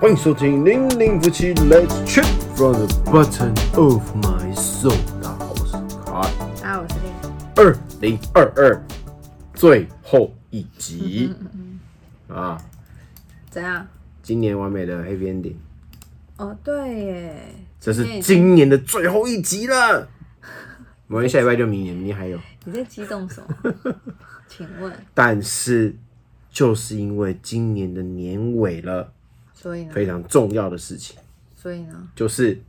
欢迎收听零零夫妻 Let's Chat from the bottom of my soul。大家好，我是卡尔。啊，我是丽。二零二二最后一集啊，怎样？今年完美的 Happy Ending，哦，对耶，这今年是已经今年的最后一集了。我们下礼拜就明年，明年还有。你在激动 什么？请问，但是就是因为今年的年尾了，所以呢？非常重要的事情所以呢？就是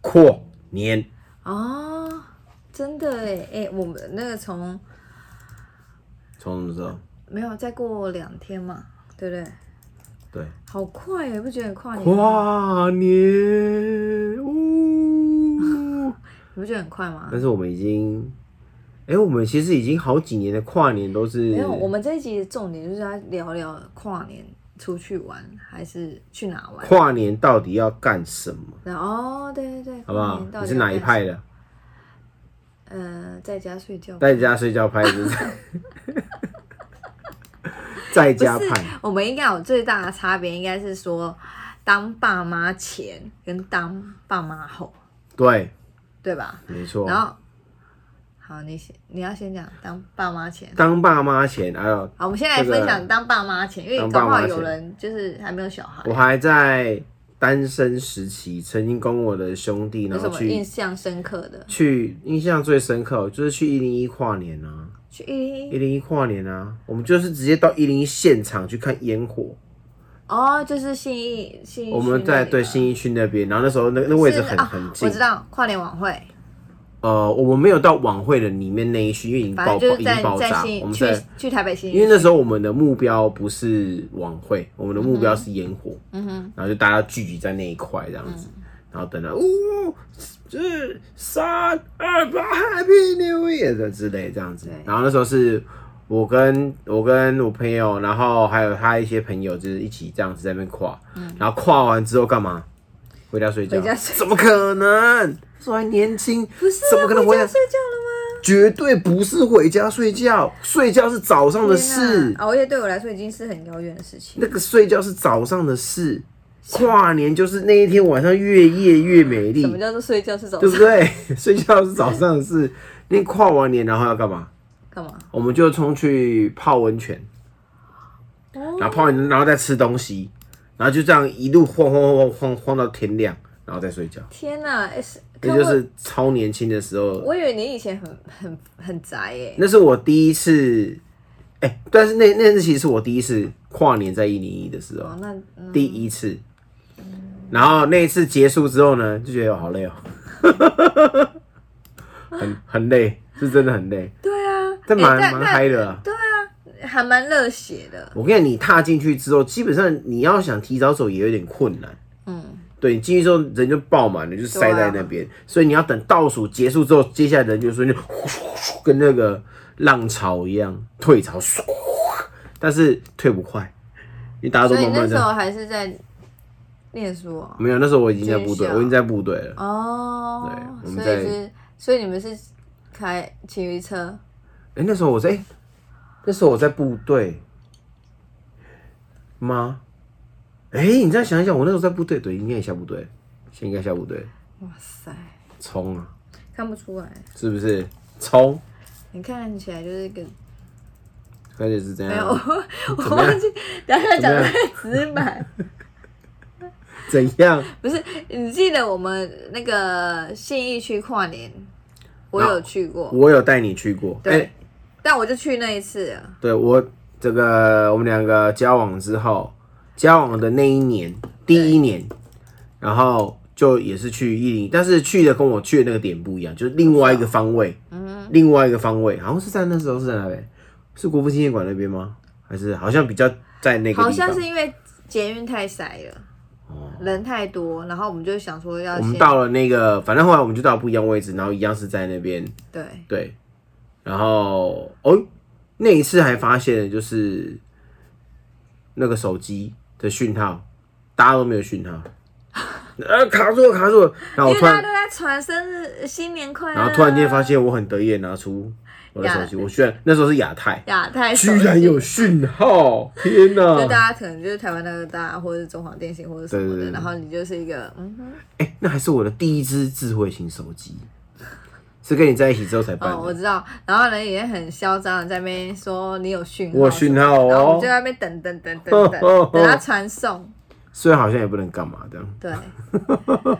扩年。哦，真的耶，哎、我们那个从从什么时候？没有再过两天嘛，对不对？对。好快耶，不觉得很跨年吗？跨年，呜！你不觉得很快吗但？是我们已经，哎、我们其实已经好几年的跨年都是没有，我们这一集的重点就是要聊聊跨年出去玩还是去哪玩。跨年到底要干什么，然后哦，对对对，好不好跨年？到你底是哪要一干什派的？么？呃，在家睡觉。在家睡觉派是不是？ 在家派，我们应该有最大的差别，应该是说当爸妈前跟当爸妈后，对，对吧？没错。然后，好，你先你要先讲当爸妈前。当爸妈前，哎呦，好，我们先来这个分享当爸妈前，因为当搞不爸妈好前有人就是还没有小孩我，还在单身时期，曾经跟我的兄弟，有然什后么去印象深刻的？去印象最深刻哦，就是去一零一跨年啊。去一一零一跨年啊，我们就是直接到一零一现场去看烟火。哦，就是信义信义我们在对义新一区那边，然后那时候那那位置很很近啊哦我知。道跨年晚会，呃，我们没有到晚会的里面那一区，因为已经反爆正爆就已是经在爆在炸。新我们去在，去台北新义因为那时候我们的目标不是晚会，我们的目标是烟火，嗯哼然后就大家聚集在那一块这样嗯子，然后等到五、四、三、二、八，Happy New Year 的之类这样子对。然后那时候是我跟我跟我朋友，然后还有他一些朋友，就是一起这样子在那边跨。然后跨完之后干嘛？回家睡觉？嗯回家睡觉怎么可能？说还年轻，不是啊怎么可能回回家家？睡觉了吗？绝对不是回家睡觉，睡觉是早上的事天啊哪。熬夜对我来说已经是很遥远的事情。那个睡觉是早上的事，跨年就是那一天晚上越夜越美丽什，么叫做睡觉是早对上不对？ 睡觉是早上的事，那跨完年然后要干嘛？干嘛？我们就冲去泡温泉，哦然后泡完然后再吃东西，然后就这样一路晃晃晃晃晃晃到天亮，然后再睡觉。天哪、哎是这可就我是超年轻的时候，我以为你以前很很很宅耶、那是我第一次，哎、但是那那次其实是我第一次跨年在一零一的时候哦，，那嗯第一次。然后那一次结束之后呢，就觉得哦好累哦， 很很累，是真的很累，对啊，但蛮哎但蛮但嗨的啊。对啊，还蛮热血的。我跟你讲，你踏进去之后，基本上你要想提早走也有点困难。嗯，啊对你进去之后，人就爆满了，就塞在那边，所以你要等倒数结束之后，接下来人就说就呼咻呼咻跟那个浪潮一样退潮，唰但是退不快，因为大家都所以慢那慢时在。候还是在念书哦。没有，那时候我已经在部队，军校我已经在部队了。对哦，我们所在以是，所以你们是开骑驴车，哎、那时候我在、诶那时候我在部队吗？哎、你再想一想，我那时候在部队，对，应该也下部队，现在应该下部队，哇塞，冲啊，看不出来，是不是？冲，你看起来就是一个而且是这没有，样，我嗯怎么样忘记，等一下怎讲么样太直白。怎样？不是，你记得我们那个信义区跨年，我那有去过，我有带你去过，哎、对但我就去那一次啊了。对我这个我们两个交往之后，交往的那一年，第一年，然后就也是去一零，但是去的跟我去的那个点不一样，就是另外一个方位，嗯，另外一个方位，好像是在那时候是在哪里？是国父纪念馆那边吗？还是好像比较在那个地方？好像是因为捷运太塞了，哦。人太多，然后我们就想说要我们先到了那个，反正后来我们就到不一样位置，然后一样是在那边对，对，然后哦，那一次还发现了就是那个手机的讯号，大家都没有讯号，呃，卡住了，卡住了。然后我因为突大家然都，在传生日、新年快乐啊，然后突然间发现我很得意地拿出我的手机，亚我居然那时候是亚太，亚太手居机然有讯号，天哪！就大家可能就是台湾大哥大，或者是中华电信，或者什么对对对的，然后你就是一个嗯哼，哎、那还是我的第一只智慧型手机，是跟你在一起之后才办的。哦，我知道。然后呢，也很嚣张的在那边说你有讯号，我讯号然后我们哦就，在那边等等等 等等，等他传送。虽然好像也不能干嘛这样。对，好，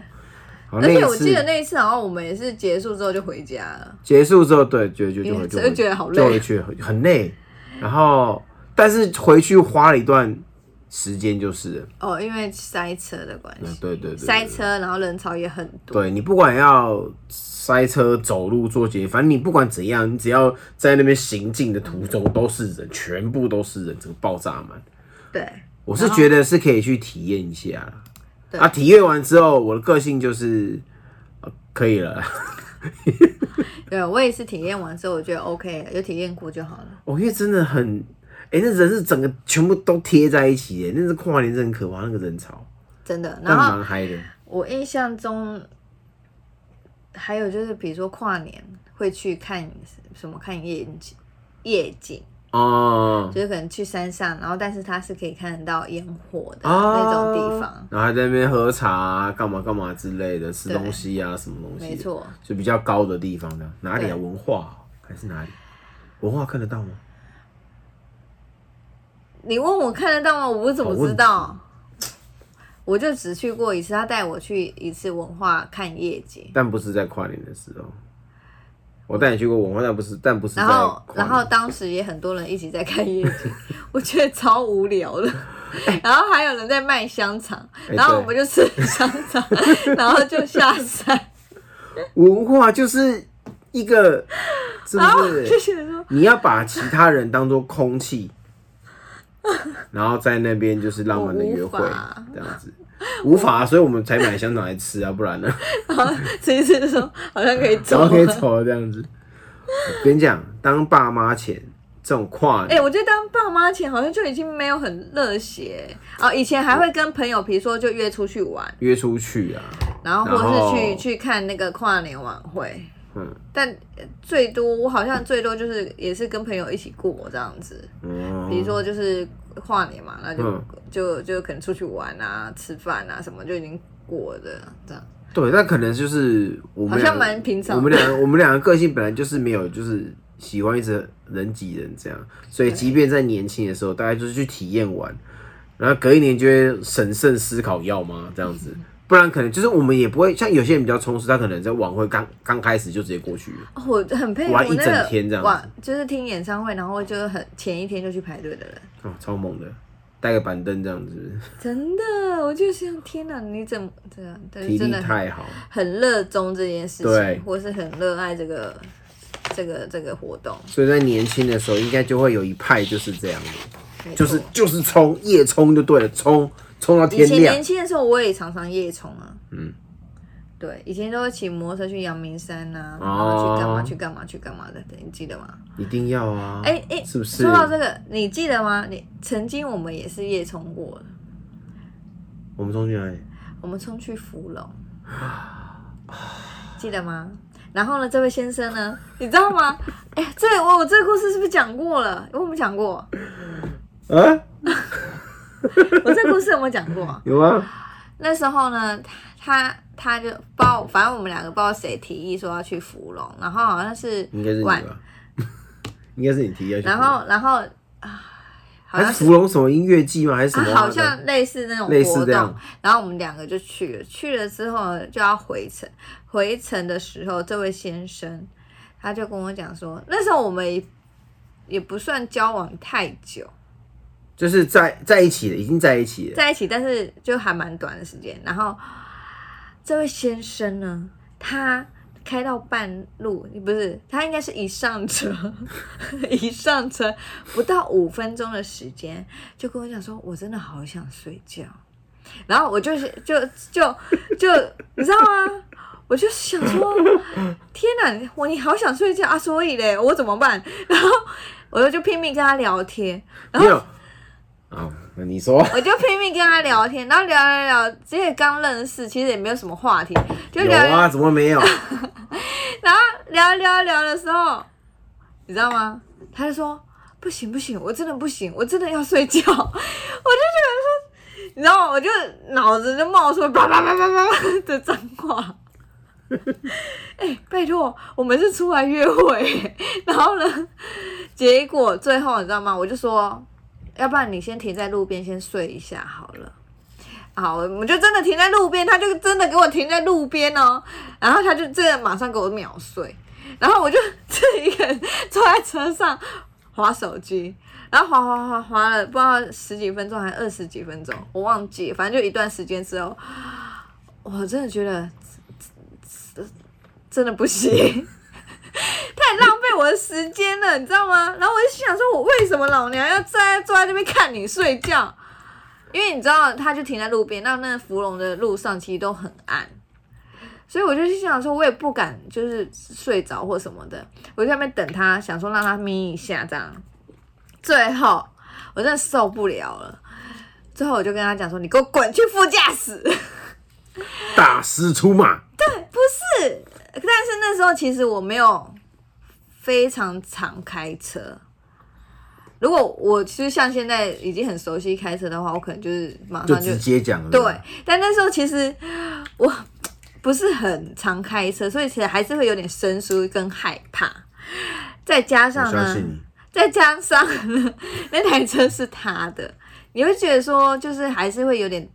而哦那一且我次记得那一次好像我们也是结束之后就回家了，结束之后，对，就就就因为回真就的回觉得好累就回去很很累。然后，但是回去花了一段时间，就是了哦，因为塞车的关嗯系，对对对对哎塞车，然后人潮也很多。对你不管要塞车、走路、坐捷运，反正你不管怎样，你只要在那边行进的途中都是人，全部都是人，整个爆炸满。对，我是觉得是可以去体验一下啦对啊，体验完之后，我的个性就是、呃可以了。对我也是体验完之后，我觉得 OK 了，有体验过就好了。哦，因为真的很，哎、那人是整个全部都贴在一起耶，那是跨年真的很可怕，那个人潮，真的，但然后蛮嗨 的。我印象中，还有就是，比如说跨年会去看什么看夜景，夜景哦，就是可能去山上，然后但是它是可以看得到烟火的哦那种地方，然后还在那边喝茶、啊、干嘛干嘛之类的，吃对东西啊，什么东西的，没错，就比较高的地方的，哪里啊？对文化哦、还是哪里？文化看得到吗？你问我看得到吗？我怎么好问知道？我就只去过一次，他带我去一次文化看夜景，但不是在跨年的时候。我带你去过文化，但不是，但不是在然后跨然年后当时也很多人一起在看夜景， 我觉得超无聊 的。然后还有人在卖香肠，哎然后我对们就吃香肠，然后就下 山，文化就是一个，是然后不？我 就是觉得说，你要把其他人当做空 气，然后在那边就是浪漫的约会我无法，这样子无法，所以我们才买香肠来吃啊，不然 呢？然后吃一吃就说好像可以怎走么可以了。走了这样子？我跟你讲，当爸妈前这种跨 哎、年，我觉得当爸妈前好像就已经没有很热血哦，以前还会跟朋友，比如说就约出去玩，约出去啊，然后然后或是去去看那个跨年晚会，嗯但呃最多我好像最多就是也是跟朋友一起过这样子，嗯，比如说就是跨年嘛，那就、嗯就就可能出去玩啊、吃饭啊什么就已经过的这样。对，那可能就是我们两个好像蛮平常的我们两个我们两个个性本来就是没有，就是喜欢一直人挤人这样，所以即便在年轻的时候，大家就是去体验玩，然后隔一年就会审慎思考要吗这样子，嗯不然可能就是我们也不会像有些人比较充实，他可能在晚会刚刚开始就直接过去了，哦我很佩服玩一那整天这个样哇，就是听演唱会，然后就是很前一天就去排队的人，哦，超猛的，带个板凳这样子，真的，我就想天哪，你怎么这样？但体是真力的很太好，很热衷这件事对情，或是很热爱这个这个这个活动，所以在年轻的时候应该就会有一派就是这样的，没错就是就是冲夜冲就对了，冲冲到以天前亮年。轻的时候，我也常常夜冲啊。嗯，对，以前都会骑摩托车去阳明山呐、啊，哦然后去干嘛、去干嘛去干嘛的，你记得吗？一定要啊！哎、哎、是不是？说到这个，你记得吗？你曾经我们也是夜冲过的，我们中间而已我们冲去 芙蓉，记得吗？然后呢，这位先生呢，你知道吗？哎、这我我这个故事是不是讲过了？我有没有讲过？啊， 我这个故事有没有讲过？有啊，那时候呢，他他他就包，反正我们两个不知道谁提议说要去芙蓉，然后好像是应该是你晚，吧？ 应该是你提要去。然后然后啊，好还像是是芙蓉什么音乐季吗？还是什啊么、，好像类似那种类似活这样动，然后我们两个就去了，去了之后就要回程，回程的时候，这位先生他就跟我讲说，那时候我们也也不算交往太久，就是在在一起了，已经在一起了。在一起，但是就还蛮短的时间。然后这位先生呢，他开到半路，不是他应该是一上车， 一上车不到五分钟的时间，就跟我讲说，我真的好想睡觉。然后我就是就就就你知道吗？我就想说， 天哪，我你好想睡觉啊！所以嘞，我怎么办？然后我就拼命跟他聊天，然没后有啊，那你说，我就拼命跟他聊天，然后聊聊聊，这也刚认识，其实也没有什么话题，就有聊聊、啊，怎么 没有？然后聊聊聊的时候，你知道吗？他就说不行不行，我真的不行，我真的要睡觉。我就觉 得说，你知道吗？我就脑子就冒出叭叭叭叭叭叭的脏话。哎、拜托，我们是出来约会，然后呢，结果最后你知道吗？我就说，要不然你先停在路边先睡一下好了。好，我们就真的停在路边，他就真的给我停在路边哦。然后他就这样马上给我秒睡，然后我就自己一个人坐在车上划手机，然后划划划划了不知道十几分钟还是二十几分钟，我忘记，反正就一段时间之后，我真的觉得真的不行，太浪费我的时间了，你知道吗？然后我就想说，我为什么老娘要在坐在那边看你睡觉？因为你知道，他就停在路边，那那芙蓉的路上其实都很暗，所以我就心想说，我也不敢就是睡着或什么的，我就在那边等他，想说让他眯一下这样。最后我真的受不了了，最后我就跟他讲说：“你给我滚去副驾 驶。”大师出马，是，但是那时候其实我没有非常常开车。如果我其实像现在已经很熟悉开车的话，我可能就是马就上就直接讲了。对，但那时候其实我不是很常开车，所以其实还是会有点生疏跟害怕。再加我上相呢，信你。再加上那台车是他的，你会觉得说，就是还是会有点嗯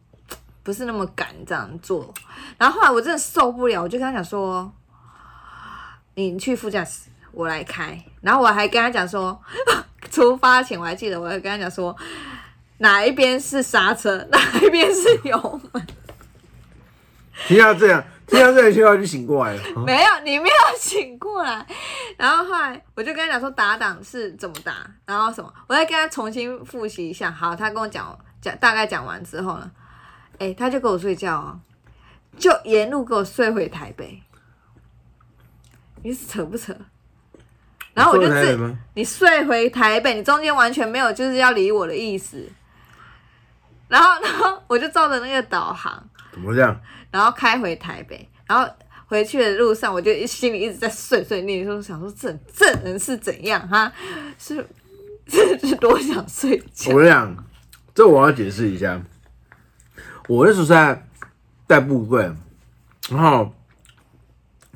不是那么敢这样做。然后后来我真的受不了，我就跟他讲说：“你去副驾驶，我来开。”然后我还跟他讲说， 出发前我还记得，我还跟他讲说，哪一边是刹车， 哪一边是油门。听啊到这样，听到这一句话就醒过来了。啊没有，你没有醒过来。然后后来我就跟他讲说打档是怎么打，然后什么，我再跟他重新复习一下。好，他跟我讲讲大概讲完之后呢，哎，他就跟我睡觉哦，就沿路给我睡回台北。你是扯不扯？然后我就坐在台北自吗？你睡回台北，你中间完全没有就是要理我的意思。然后，然后我就照着那个导航，怎么这样？然后开回台北，然后回去的路上，我就心里一直在碎碎念，说想说这这人是怎样哈，是是是多想睡觉我，跟你讲，这我要解释一下。我那时候在带部队，然后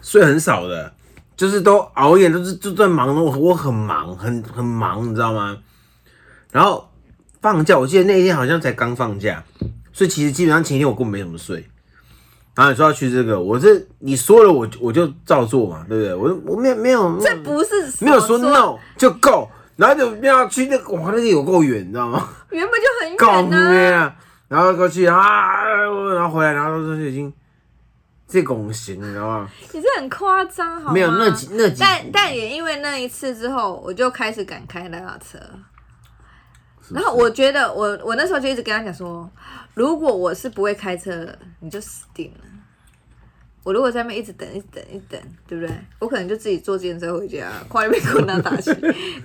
睡很少的，就是都熬夜，都是就在忙的。我我很忙，很很忙，你知道吗？然后放假，我记得那一天好像才刚放假，所以其实基本上前一天我根本没怎么睡。然后你说要去这个，我这你说了我我就照做嘛，对不对？我我没有没有这不是没有说什么 no 就 go，然后就不要去那个哇，那个有够远，你知道吗？原本就告很远咩呢、啊。啊！然后过去啊，然后回来，然后都是已经这拱形，你知道吗？你是很夸张好吗？啊没有那几那几，但但也因为那一次之后，我就开始敢开那辆车。然后我觉得我我那时候就一直跟他讲说，如果我是不会开车的，你就死定了。我如果在那边一直等，一直等，一直等，对不对？我可能就自己坐自行车回家，快点被困难打起，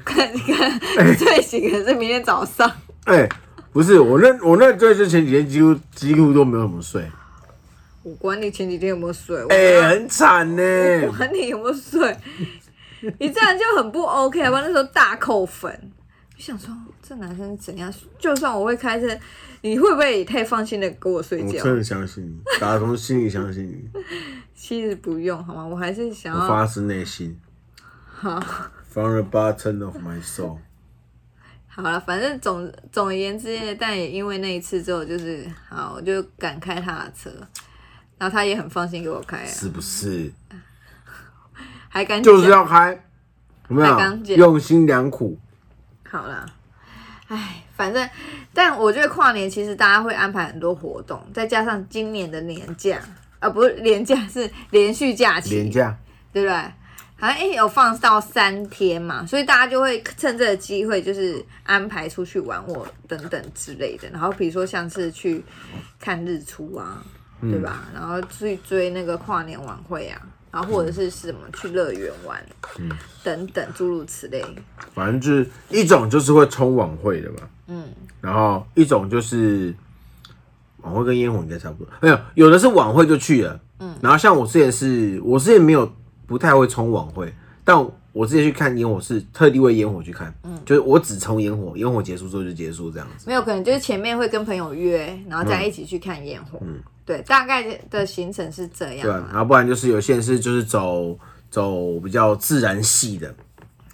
看看睡醒可能是明天早上。哎、不是我那我那这之前几天几乎几乎都没有怎么睡，我管你前几天有没有睡，我哎、很惨呢、我管你有没有睡，你这样就很不 OK 好吧？那时候大扣分，就想说这男生怎样？就算我会开车，你会不会也太放心的跟我睡我觉？真的相信你，打从心里相信你，其实不用好吗？我还是想我要发自内心。好。 From the bottom of my soul，好了，反正总总而言之，但也因为那一次之后，就是好，我就敢开他的车，然后他也很放心给我开啊，是不是？还敢就是讲要开，有没太刚有？健用心良苦，好啦，唉，反正，但我觉得跨年其实大家会安排很多活动，再加上今年的年假，啊，不是年假，是连续假期，廉价。对不对？好像哎、有放到三天嘛，所以大家就会趁这个机会，就是安排出去玩或等等之类的。然后比如说像是嗯去看日出啊，对吧？然后去追那个跨年晚会啊，然后或者是什么去乐园玩，嗯等等诸如此类。反正就是一种就是会冲晚会的嘛，嗯，然后一种就是晚会跟烟火应该差不多，没有有的是晚会就去了，嗯，然后像我之前是我之前没有不太会冲晚会，但我之前去看烟火是特地为烟火去看，嗯，就是我只冲烟火，烟火结束之后就结束这样子，没有，可能就是前面会跟朋友约，然后再一起去看烟火。嗯对，大概的行程是这样对、啊啊，，然后不然就是有些人是就是走走比较自然系的。啊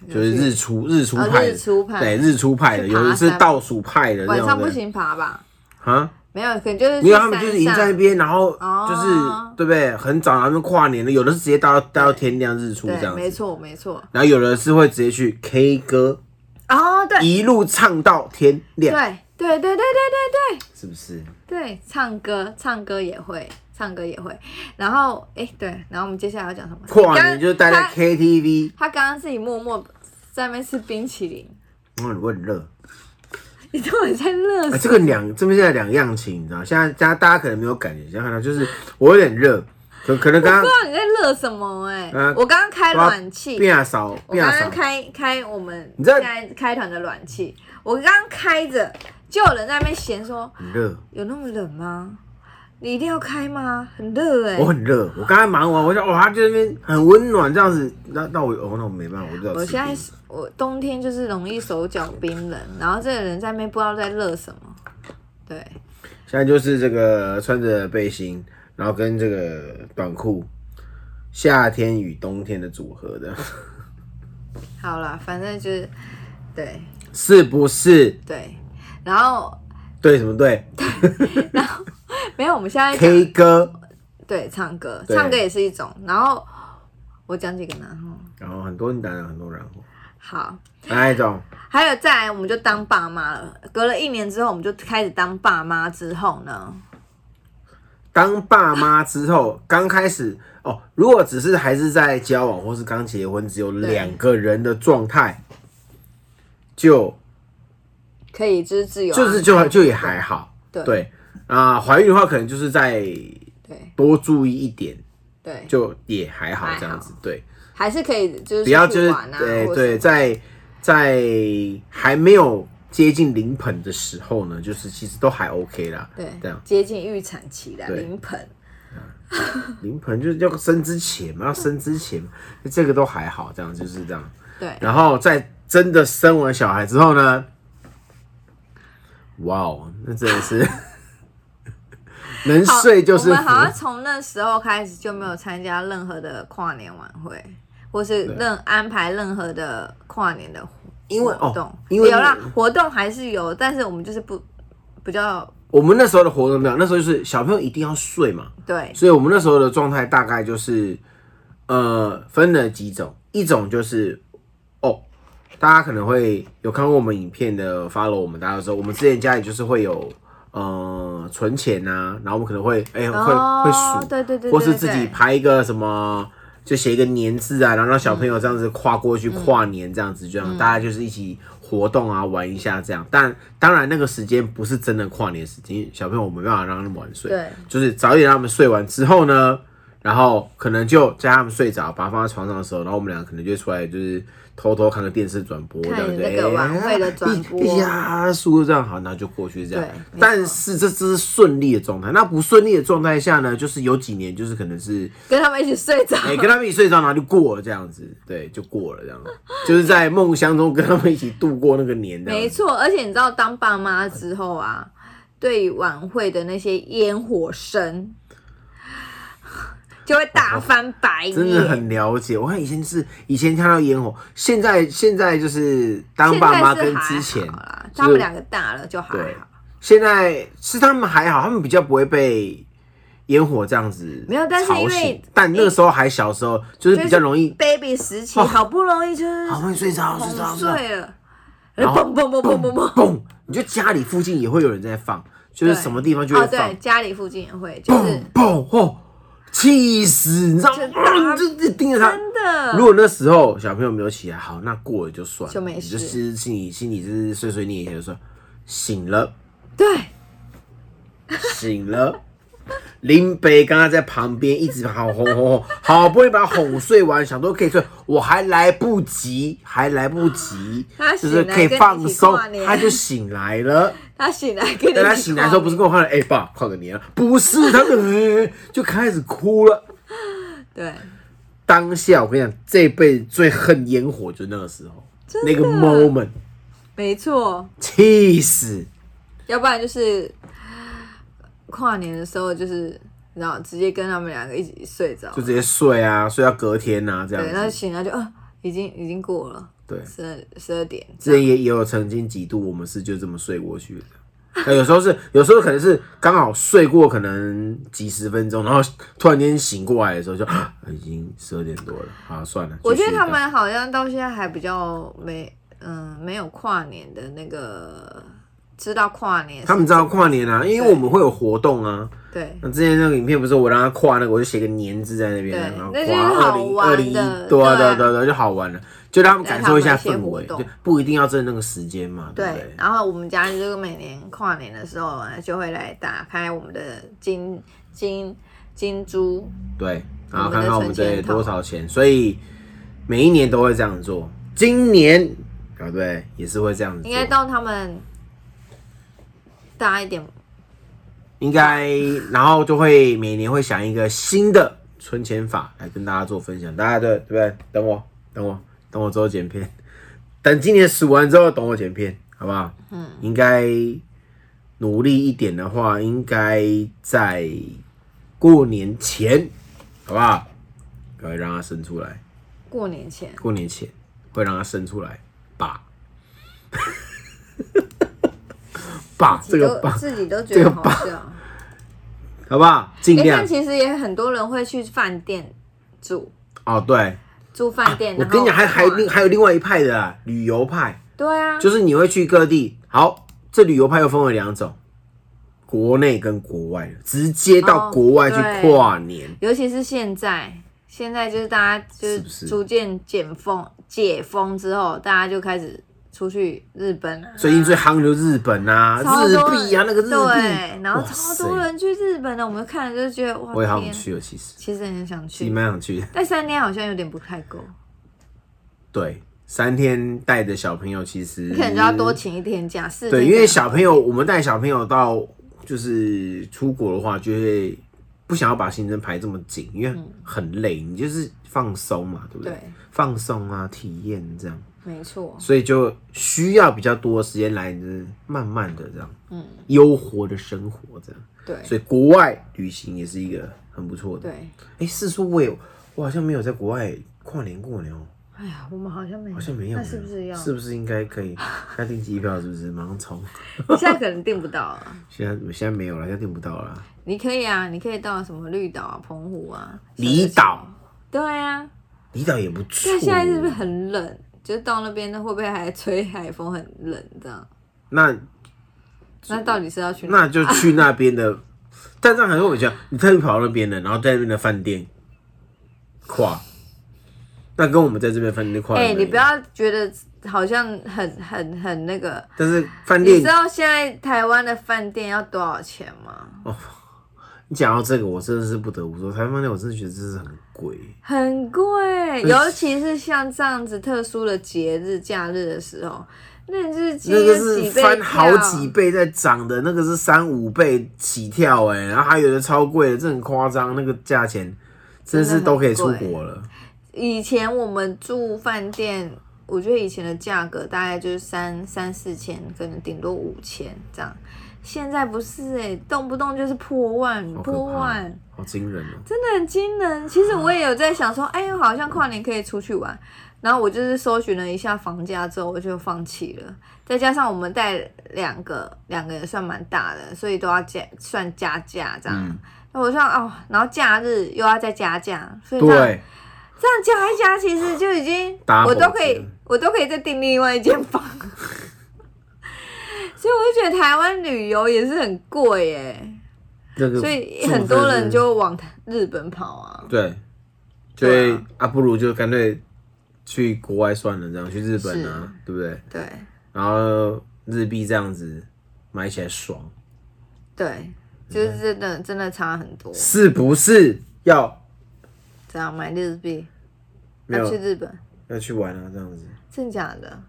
就是日出日出哦派的，日出派对日出派的，去爬有的是山倒数派的，晚那上种不的。行爬吧？啊，没有，可能就是去因为他们就是山赢在那上。边，然后就是、哦对不对？很早，他们跨年了，有的是直接待到待到天亮日出这对，样没子，错，没错。然后有的是会直接去 K 歌，哦，对，一路唱到天对，亮，对，对，对，对，对，对，是不是？对，唱歌，唱歌也会，唱歌也会。然后，哎，对，然后我们接下来要讲什么？跨刚年就是待在他 KTV，他刚刚自己默默在那边吃冰淇淋，我很我很热。你到底在乐啊，死？这个两这边现在两样情，你知道？现在大家大家可能没有感觉，现在看到就是我有点热，可可能刚刚不知道你在乐什么哎、啊我刚刚开暖气，变少我变刚刚少，开开我们你现知道在开团的暖气，我刚刚开着，就有人在那边嫌说很热，有那么冷吗？你一定要开吗？很热哎、我很热。我刚才忙完，我想哇，就那边很温暖这样子，那那我哦，那我没办法，我就要我吃现在冰是我冬天就是容易手脚冰冷，然后这个人在那边不知道在热什么，对，现在就是这个穿着背心，然后跟这个短裤，夏天与冬天的组合的， 好啦，反正就是对是不是？对，然后对什么对没有，我们现在讲？K 歌，对，唱歌，对唱歌也是一种。然后我讲几个呢？哦然后很多人打然很多然后好，哪一种？还有再来，我们就当爸妈了。隔了一年之后，我们就开始当爸妈之后呢，当爸妈之后，刚开始哦，如果只是还是在交往或是刚结婚，只有两个人的状态，就可以就是自由安排，就是就就也还好，对对啊，怀、孕的话可能就是再对多注意一点，对，就也还好这样子，对。还是可以就是不要出就去是玩啊，对或对，者在在还没有接近临盆的时候呢，就是其实都还 OK 啦。对这样接近预产期的对临盆，临盆就是要生之前嘛，要生之前嘛，这个都还好，这样就是这样。对然后在真的生完小孩之后呢，哇哦，那真的 是能好睡就是我福们。好像从那时候开始就没有参加任何的跨年晚会，或是任安排任何的跨年的活因为活动哦，因为有啦，活动还是有，但是我们就是不比较我们那时候的活动没有，那时候就是小朋友一定要睡嘛，对所以我们那时候的状态大概就是，呃，分了几种，一种就是，哦，大家可能会有看过我们影片的 follow 我们，大家都知道，我们之前家里就是会有，呃，存钱呐、然后我们可能会，哎、会、会哦，数，对对对，对或是自己对拍一个什么，就写一个年字啊，然后让小朋嗯友这样子跨过去跨年这样子，这样、大家就是一起活动啊，玩一下这样。但当然那个时间不是真的跨年时间，因为小朋友我没办法让他们晚睡，对就是早一点让他们睡完之后呢，然后可能就在他们睡着，把他放在床上的时候，然后我们俩可能就出来就是偷偷看个电视转播，这看样那个晚会的转播哎呀，叔叔这样好，那就过去这样对没错。但是这只是顺利的状态，那不顺利的状态下呢，就是有几年就是可能是跟他们一起睡 着，哎、跟他们一起睡着，然后就过了这样子，对，就过了这样，就是在梦乡中跟他们一起度过那个年这样子没错。而且你知道，当爸妈之后啊，对于晚会的那些烟火声， 就会大翻白眼，真的很了解。我看以前是以前看到烟火，现在现在就是当爸妈跟之前现在是还好啦，就是他们两个大了就还对好。，现在是他们还好，他们比较不会被烟火这样子没有但是因吵为醒。但那个时候还小时候，就是比较容易 baby 时期，哦好不容易就是好容易睡着，睡着哄睡着，睡了，然后嘣嘣嘣嘣嘣嘣，嘣！你就家里附近也会有人在放，就是什么地方就哦，会放对，，家里附近也会，就是嘣哦，气死！你知道吗嗯就打？就就盯着他。真的。如果那时候小朋友没有起来，好，那过了就算了，就没你就事是心里心里就是碎碎念一下，就说醒了，对，醒了。林北刚刚在旁边一直好哄哄哄，好不容易把他哄睡完，想说可以睡，我还来不及，还来不及他，就醒是来可以跟你放一起松跨，年他就醒来 了。他醒来跟你但他一起醒来跨之后不是年跟我看了，哎、爸，跨个年啊，不是，他就、哎就开始哭了。对，当下我跟你讲，这辈子最恨烟火就是那个时候，那个 moment，没错，气死。要不然就是跨年的时候就是。然后直接跟他们两个一起睡着就，直接睡啊，睡到隔天啊，这对，样然后子。醒来就啊，已经已经过了对，十二十二点之这前样，也也有曾经几度，我们是就这么睡过去的。那有时候是，有时候可能是刚好睡过，可能几十分钟，然后突然间醒过来的时候就，啊已经十二点多了，啊，算了。我觉继得续他吧们好像到现在还比较没嗯没有跨年的那个知道跨年是，他们知道跨年啊，因为对我们会有活动啊。对那之前那个影片不是我让他跨那个，我就写个年字在那边，对然后那就是跨二好零玩二的零一，对对啊啊对啊对啊对啊，就好玩了，就让他们对感他受一们下一些氛活围，动就不一定要在那个时间嘛，对不对，然后我们家就是每年跨年的时候呢，就会来打开我们的金金金珠，对，然后我们的看看我们这里存钱筒多少钱，所以每一年都会这样做。今年啊，对，也是会这样子做。应该到他们大一点，应该，然后就会每年会想一个新的存钱法来跟大家做分享。大家对对不对？等我，等我，等我之后剪片，等今年数完之后，等我剪片，好不好？嗯，应该努力一点的话，应该在过年前，好不好？可以让它生出来。过年前过年前会让它生出来 吧？吧，这个吧，自己都自这己个都觉得好吧笑。好不好？尽哎、量但其实也很多人会去饭店住，哦。对，住饭店。我哎然后跟你讲，还还跨另还有另外一派的啊，旅游派，对啊，就是你会去各地。好，这旅游派又分为两种，国内跟国外，直接到哦国外去对跨年。尤其是现在，现在就是大家就是不是是逐渐解封，解封之后，大家就开始出去日本啊，最近最夯的就是日本啊，超日多人币啊，那个日币，对，然后哇超塞多，人去日本的，我们看了就觉得哇，我也好想天，去哦，其实其实很想其实去，蛮想去的。但三天好像有点不太够，对，三天带着小朋友，其实你可能就要多请一天假，四嗯对，天因为可能小朋友，我们带小朋友到就是出国的话，就会不想要把行程排这么紧，因为很累，你就是放松嘛，对不对？嗯对放松啊，体验这样，没错，所以就需要比较多的时间来，就是慢慢的这样，嗯，悠活的生活这样。对所以国外旅行也是一个很不错的。对，哎、是说我有，我好像没有在国外跨年过年哦、哎呀，我们好像没有，好像没有，那是不是要？是不是应该可以？要订机票是不是？马上冲！你现在可能订不到啊。现在我现在没有了，现在订不到了。你可以啊，你可以到什么绿岛啊、澎湖啊、离岛，对啊。离岛也不错。但现在是不是很冷？就是到那边会不会还吹海风，很冷这样？那那到底是要去哪？那就去那边的， 但这样很多我觉得你特意跑到那边的，然后在那边的饭店跨，那跟我们在这边饭店跨，哎、你不，要觉得好像很很很那个。但是饭你店知道现在台湾的饭店要多少钱吗？你讲到这个，我真的是不得不说，台湾饭店我真的觉得真是很贵。很贵，尤其是像这样子特殊的节日、假日的时候，那是那个几是倍翻好跳几倍在涨的，那个是三五倍起跳哎、然后还有的超贵的，这很夸张，那个价钱真是都可以出国了。以前我们住饭店，我觉得以前的价格大概就是三三四千，可能顶多五千这样。现在不是哎、动不动就是破万，好可破怕万，好惊人哦、真的很惊人。其实我也有在想说，哎、好像跨年可以出去玩。然后我就是搜寻了一下房价之后，我就放弃了。再加上我们带两个，两个也算蛮大的，所以都要加算加价这样。嗯那我想哦，然后假日又要再加价，所以这样对，这样加一加，其实就已经 Double 我都可以钱，我都可以再订另外一间房。 所以我就觉得台湾旅游也是很贵耶，那个所以住很多真的人是就往日本跑啊。对，就会对啊啊，不如就干脆去国外算了，这样去日本啊，对不对？对然后日币这样子买起来爽，对，就是真的真的差很多。是不是要这样买日币，没要去有日本，要去玩啊？这样子，真假的？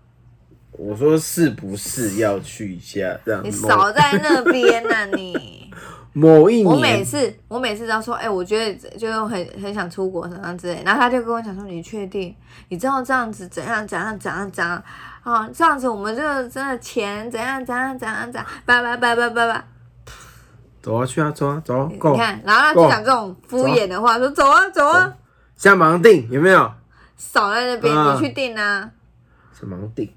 我说是不是要去一下？这样你某少在那边呐、 你！某一我每年，次我每次都说，哎、我觉得就很很想出国怎样之类，然后他就跟我讲说，你确定？你知道这样子怎样怎样怎样怎样啊？这样子我们就真的钱怎样怎样怎样怎样，叭叭叭叭叭叭。走啊去啊走啊走啊你，Go，看，然后他就讲这种敷衍的话，说走啊走啊，现在马上定有没有？少在那边，嗯你去订啊。是马上定，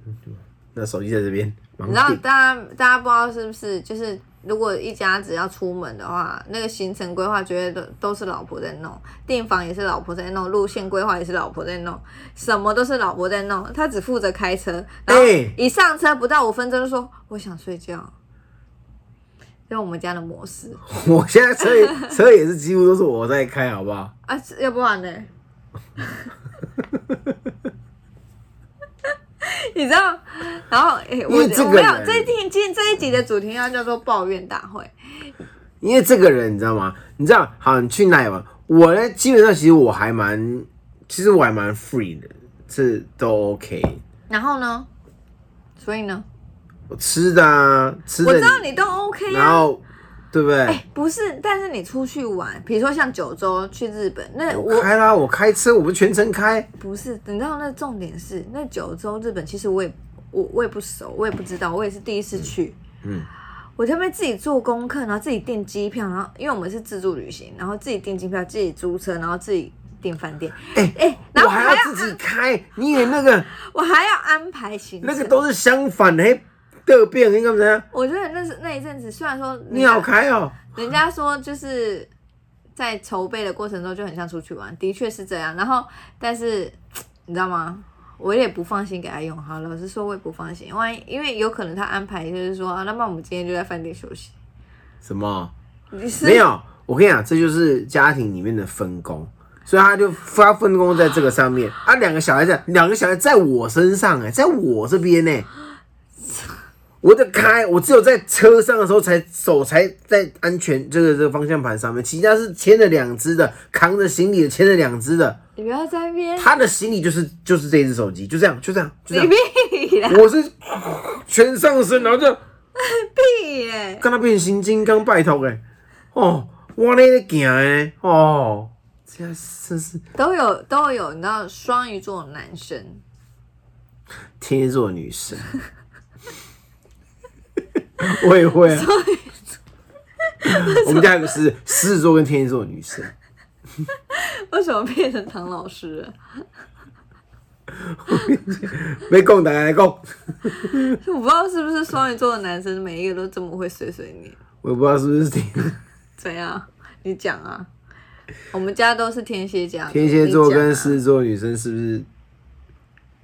那手机在这边，马你知道上定。大家大家不知道是不是就是。如果一家子要出门的话，那个行程规划绝对都都是老婆在弄，订房也是老婆在弄，路线规划也是老婆在弄，什么都是老婆在弄，她只负责开车，然后哎一上车不到五分钟就说我想睡觉，这是我们家的模式 我现在车也车也是几乎都是我在开，好不好？啊，要不然呢？ 你知道，然后哎、我因为这个我没有人这一天今天这一集的主题要叫做抱怨大会，因为这个人你知道吗？你知道，好，你去哪里玩？我呢，基本上其实我还蛮，其实我还蛮 free 的，这都 OK。然后呢？所以呢？我吃的啊，吃我的知，道你都 OK 然啊。后对不对？哎、不是，但是你出去玩，比如说像九州去日本，那我我开啦，我开车，我不是全程开。不是，你知道那重点是那九州日本，其实我也我我也不熟，我也不知道，我也是第一次去。嗯，我这边自己做功课，然后自己订机票，然后因为我们是自助旅行，然后自己订机票，自己租车，然后自己订饭店。哎哎、然我后还要要自己开。你以为那个我还要安排行程。那个都是相反的，嘿，得病，你干嘛呀？我觉得那是那一阵子，虽然说人你家好开哦、人家说就是在筹备的过程中就很像出去玩，的确是这样。然后，但是你知道吗？我也不放心给他用。好，老实说，我也不放心，万一因为有可能他安排就是说，啊、那么我们今天就在饭店休息。什么？你是没有，我跟你讲，这就是家庭里面的分工，所以他就发分工在这个上面啊。两个小孩在，两个小孩在我身上哎、在我这边呢、我在开，我只有在车上的时候才手才在安全这个这个方向盘上面，其他是牵着两只的，扛着行李的牵着两只的，你不要在那边，他的行李就是就是这一只手机，就这样就这样就这 你样，屁啦我是全上身，然后就。屁耶！跟他变形金刚拜托诶，哦，我咧咧行诶，哦，这真是都有都有，你知道双鱼座的男生，天蝎座的女 神，我也会啊。我们家有个狮子狮子座跟天蝎座的女神，为什么变成唐老师了？没讲大家来讲，我不知道是不是双鱼座的男生每一个都这么会碎碎念。我也不知道是不是天怎样？你讲啊！我们家都是天蝎家族，天蝎座你讲啊跟狮子座的女生是不是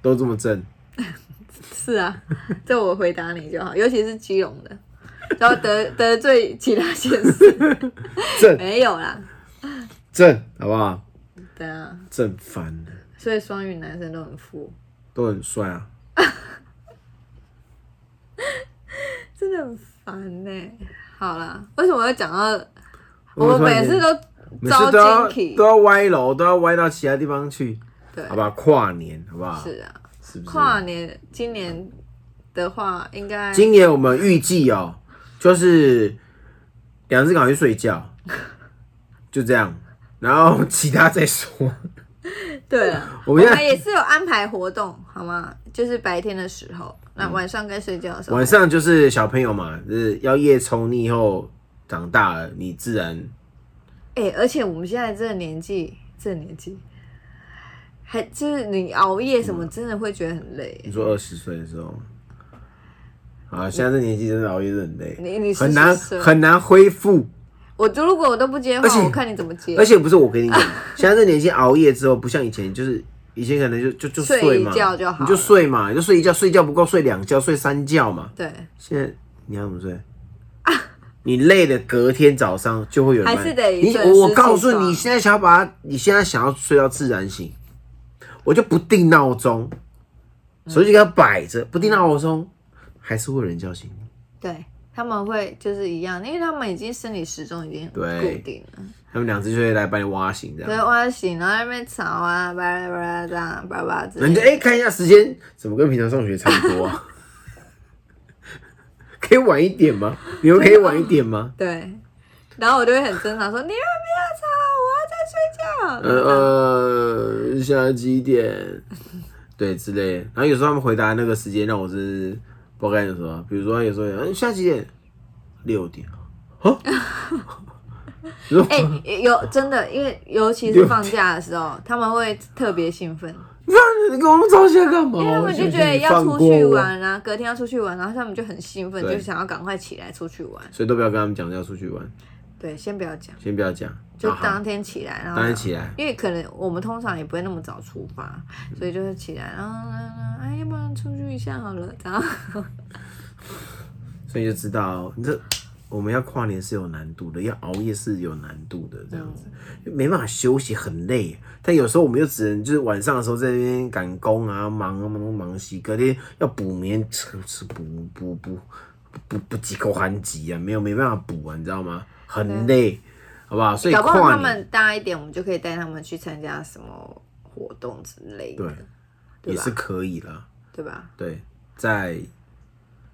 都这么正？是啊，这我回答你就好，尤其是基隆的，然后得 得罪其他县 市正没有啦，正，好不好？对啊，正翻了，所以双鱼男生都很富，都很帅啊。真的很烦呢、好啦，为什么要讲到我我们们每次都每次都招要惊喜都？要歪楼，都要歪到其他地方去，对，好不好？跨年，好不好？是啊，是不是？跨年今年的话应该今年我们预计哦，就是两只赶去睡 觉，就这样，然后其他再 说。对了，我我们们现在也是有安排活动，好吗？就是白天的时候，那晚上该睡觉的时候，晚上就是小朋友嘛，就是要夜冲，你以后长大了，你自然哎、而且我们现在这个年纪，这个年纪，还就是你熬夜什么，嗯真的会觉得很累。你说二十岁的时候。啊，现在这年纪真的熬夜真的很累，你你是很难40岁很难恢复，我就如果我都不接而且话，我看你怎么接。而且不是我跟你 讲，现在这年纪熬夜之后，不像以前，就是以前可能就就就睡睡嘛，一觉就好你就睡嘛，你就睡一觉，睡一觉不够睡两觉，睡三觉嘛。对，现在你要怎么睡？ 你累了，隔天早上就会有人来。还是得你准时我我起告诉床你，现在想要把它，你现在想要睡到自然醒，我就不定闹钟，嗯手机给它摆着，不定闹钟，还是会有人叫醒你。对，他们会就是一样，因为他们已经生理时钟已经固对定了，他们两只就会来把你挖醒这所以样。我醒，然后在那边吵啊，巴拉巴拉这样，巴拉巴拉之那你类就的。哎、看一下时间，怎么跟平常上学差不多啊？ 可以晚一点吗？你们可以晚一点 吗？对，然后我就会很正常说：“你们不要吵，我要在睡觉。”呃呃，现在几点？对，之类的。然后有时候他们回答那个时间，让我真是不知道该怎么说。比如说，有时候嗯，现在几点？六点。啊？ 你说哎、有真的，因为尤其是放假的时候，他们会特别兴奋，那你跟我们吵起来干嘛？因为他们就我觉想说得你要哦放出过去我，玩啊，隔天要出去玩，然后他们就很兴奋，对就想要赶快起来出去玩。所以都不要跟他们讲要出去玩，对，先不要讲，先不要讲，就好好当天起来，然后当天起来。因为可能我们通常也不会那么早出发，所以就是起来，然后呢，哎，要不然出去一下好了，然后所以就知道你这我们要跨年是有难度的，要熬夜是有难度的，这样子、没办法休息，很累。但有时候我们又只能就是晚上的时候在那边赶工啊，忙啊忙东忙西，隔天要补眠，吃吃补补补补补几口寒疾啊，没有没办法补啊，你知道吗？很累，好不好？所以 搞不好跨年他们大一点，我们就可以带他们去参加什么活动之类的对，对也吧是可以啦。对吧？对，在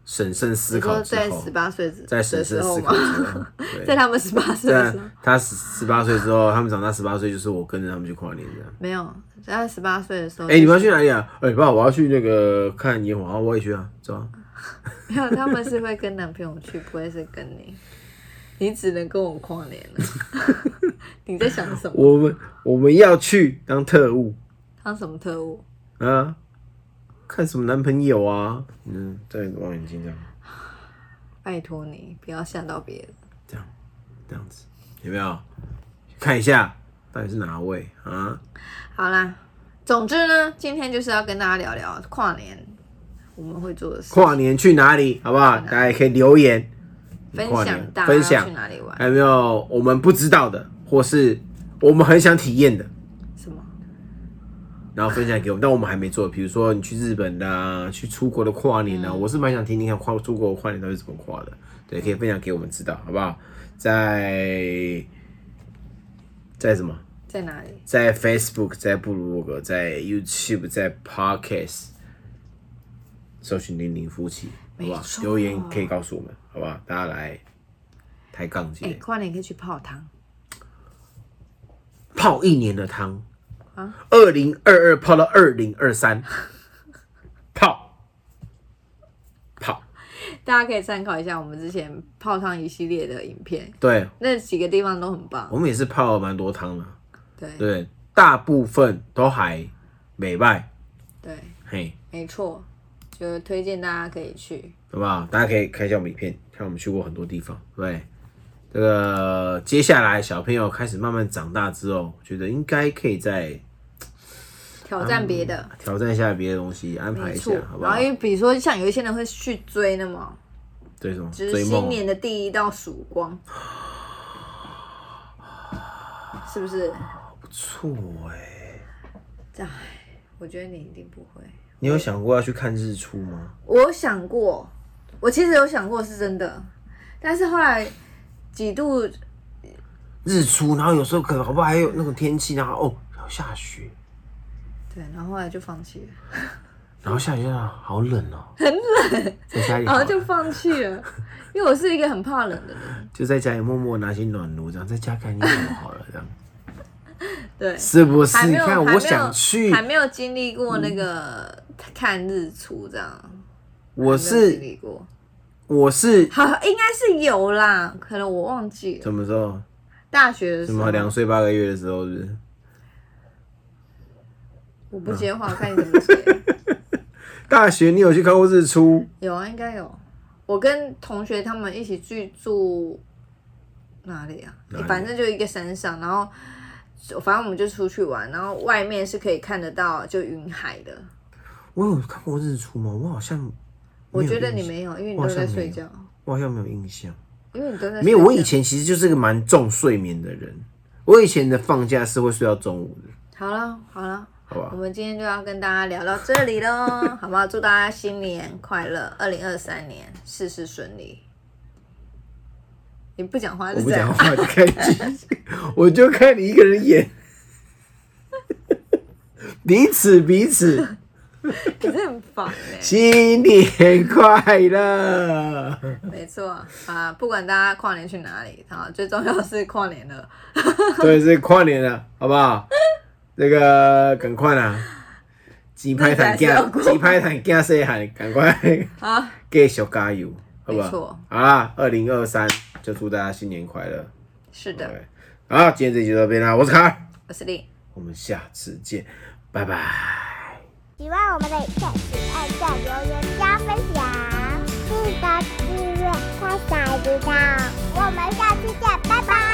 审慎思你考说之在后十，八岁之在审的时慎思候考吗之？后，对 在他们十八岁的但时候，他十十八岁之后，他们长大十八岁，就是我跟着他们去跨年这样。没有，在十八岁的时候，哎、你们要去哪里啊？哎、爸，我要去那个看烟火，啊我也去啊，走啊。没有，他们是会跟男朋友去，不会是跟你。你只能跟我跨年了， 你在想什么？我们我们要去当特务当什么特务？啊，看什么男朋友啊？嗯，戴望远镜这样拜托你不要吓到别人。这样这样子，有没有？看一下到底是哪位啊？好啦，总之呢，今天就是要跟大家聊聊跨年我们会做的事，跨年去哪里？好不好？大家也可以留言分跨享年大家分要享哎去，哪里玩，还有没有我们不知道的，或是我们很想体验的？什么然后分享给我们，但我们还没做。比如说你去日本的、啊，去出国的跨年嗯啊，我是蛮想听听看跨出国的跨年到底是怎么跨的，对，可以分享给我们知道，好不好？在在什么？在哪里？在 Facebook，在布鲁格，在 YouTube，在 Podcast，搜寻零零夫妻，好不好没？错留言可以告诉我们，好不好？大家来抬杠哎、节，跨年可以去泡汤，泡一年的汤啊，二零二二泡到二零二三， 泡泡，大家可以参考一下我们之前泡汤一系列的影片，对那几个地方都很棒我。们也是泡了蛮多汤的，对哦对，大部分都还美败，对，嘿，没错，就推荐大家可以去。好不好？大家可以看一下我们影片，看我们去过很多地方，对不对。这个接下来小朋友开始慢慢长大之后，我觉得应该可以再挑战别的，挑战一下别的东西，安排没嗯一错下，好。不然好后？因为比如说，像有一些人会去追那么，对什么就是追新梦？年的第一道曙光，是不是？不错哎，哎，我觉得你一定不会。你有想过要去看日出吗？我有想过，我其实有想过是真的，但是后来几度日出，然后有时候可能好不好？还有那种天气，然后哦要下雪，对，然后后来就放弃了。然后下雪啊，好冷哦，很冷，在家里然好后冷，哦就放弃 了，因为我是一个很怕冷的人。就在家里默默拿起暖炉，这样在家看烟火好了，这样对，是不是？还你没有，看，还没我有想去，嗯还没有经历过那个看日出这样。我还没有经是历过， 我是好，应该是有啦，可能我忘记了。什么时候？大学的什时么候，两岁八个月的时候是不是？我不接嗯话，看你怎么接。大学你有去看过日出？有啊，应该有。我跟同学他们一起去住哪里啊？哪里反正就一个山上，然后反正我们就出去玩，然后外面是可以看得到就云海的。我有看过日出吗？我好像没有我觉得印你象，没有，因为你我好都在像没睡有觉，我好像没有印象。因为你都在没有，睡我觉以前其实就是个蛮重睡眠的人。我以前的放假是会睡到中午的，好了好了，好吧我？们今天就要跟大家聊到这里 喽，好不好？祝大家新年快乐，二零二三年事事顺利，你不讲话我是啊不这样讲。话就开机，我就看你一个人演，彼此彼此， 你真的很烦哎、新年快乐！没错啊，不管大家跨年去哪里，啊，最重要是跨年了。对，是跨年了，好不好？这个赶快啦，几拍弹日子还是要过镜，几拍弹镜细喊，赶快好，继续加油，好不没好错？好啦，二零二三就祝大家新年快乐。是的，对，好，今天这集就到这边啦，我是卡尔，我是丽，我们下次见，拜拜。喜欢我们的影片，请按赞、留言、加分享，记得订阅、开小铃铛。我们下期见，拜拜。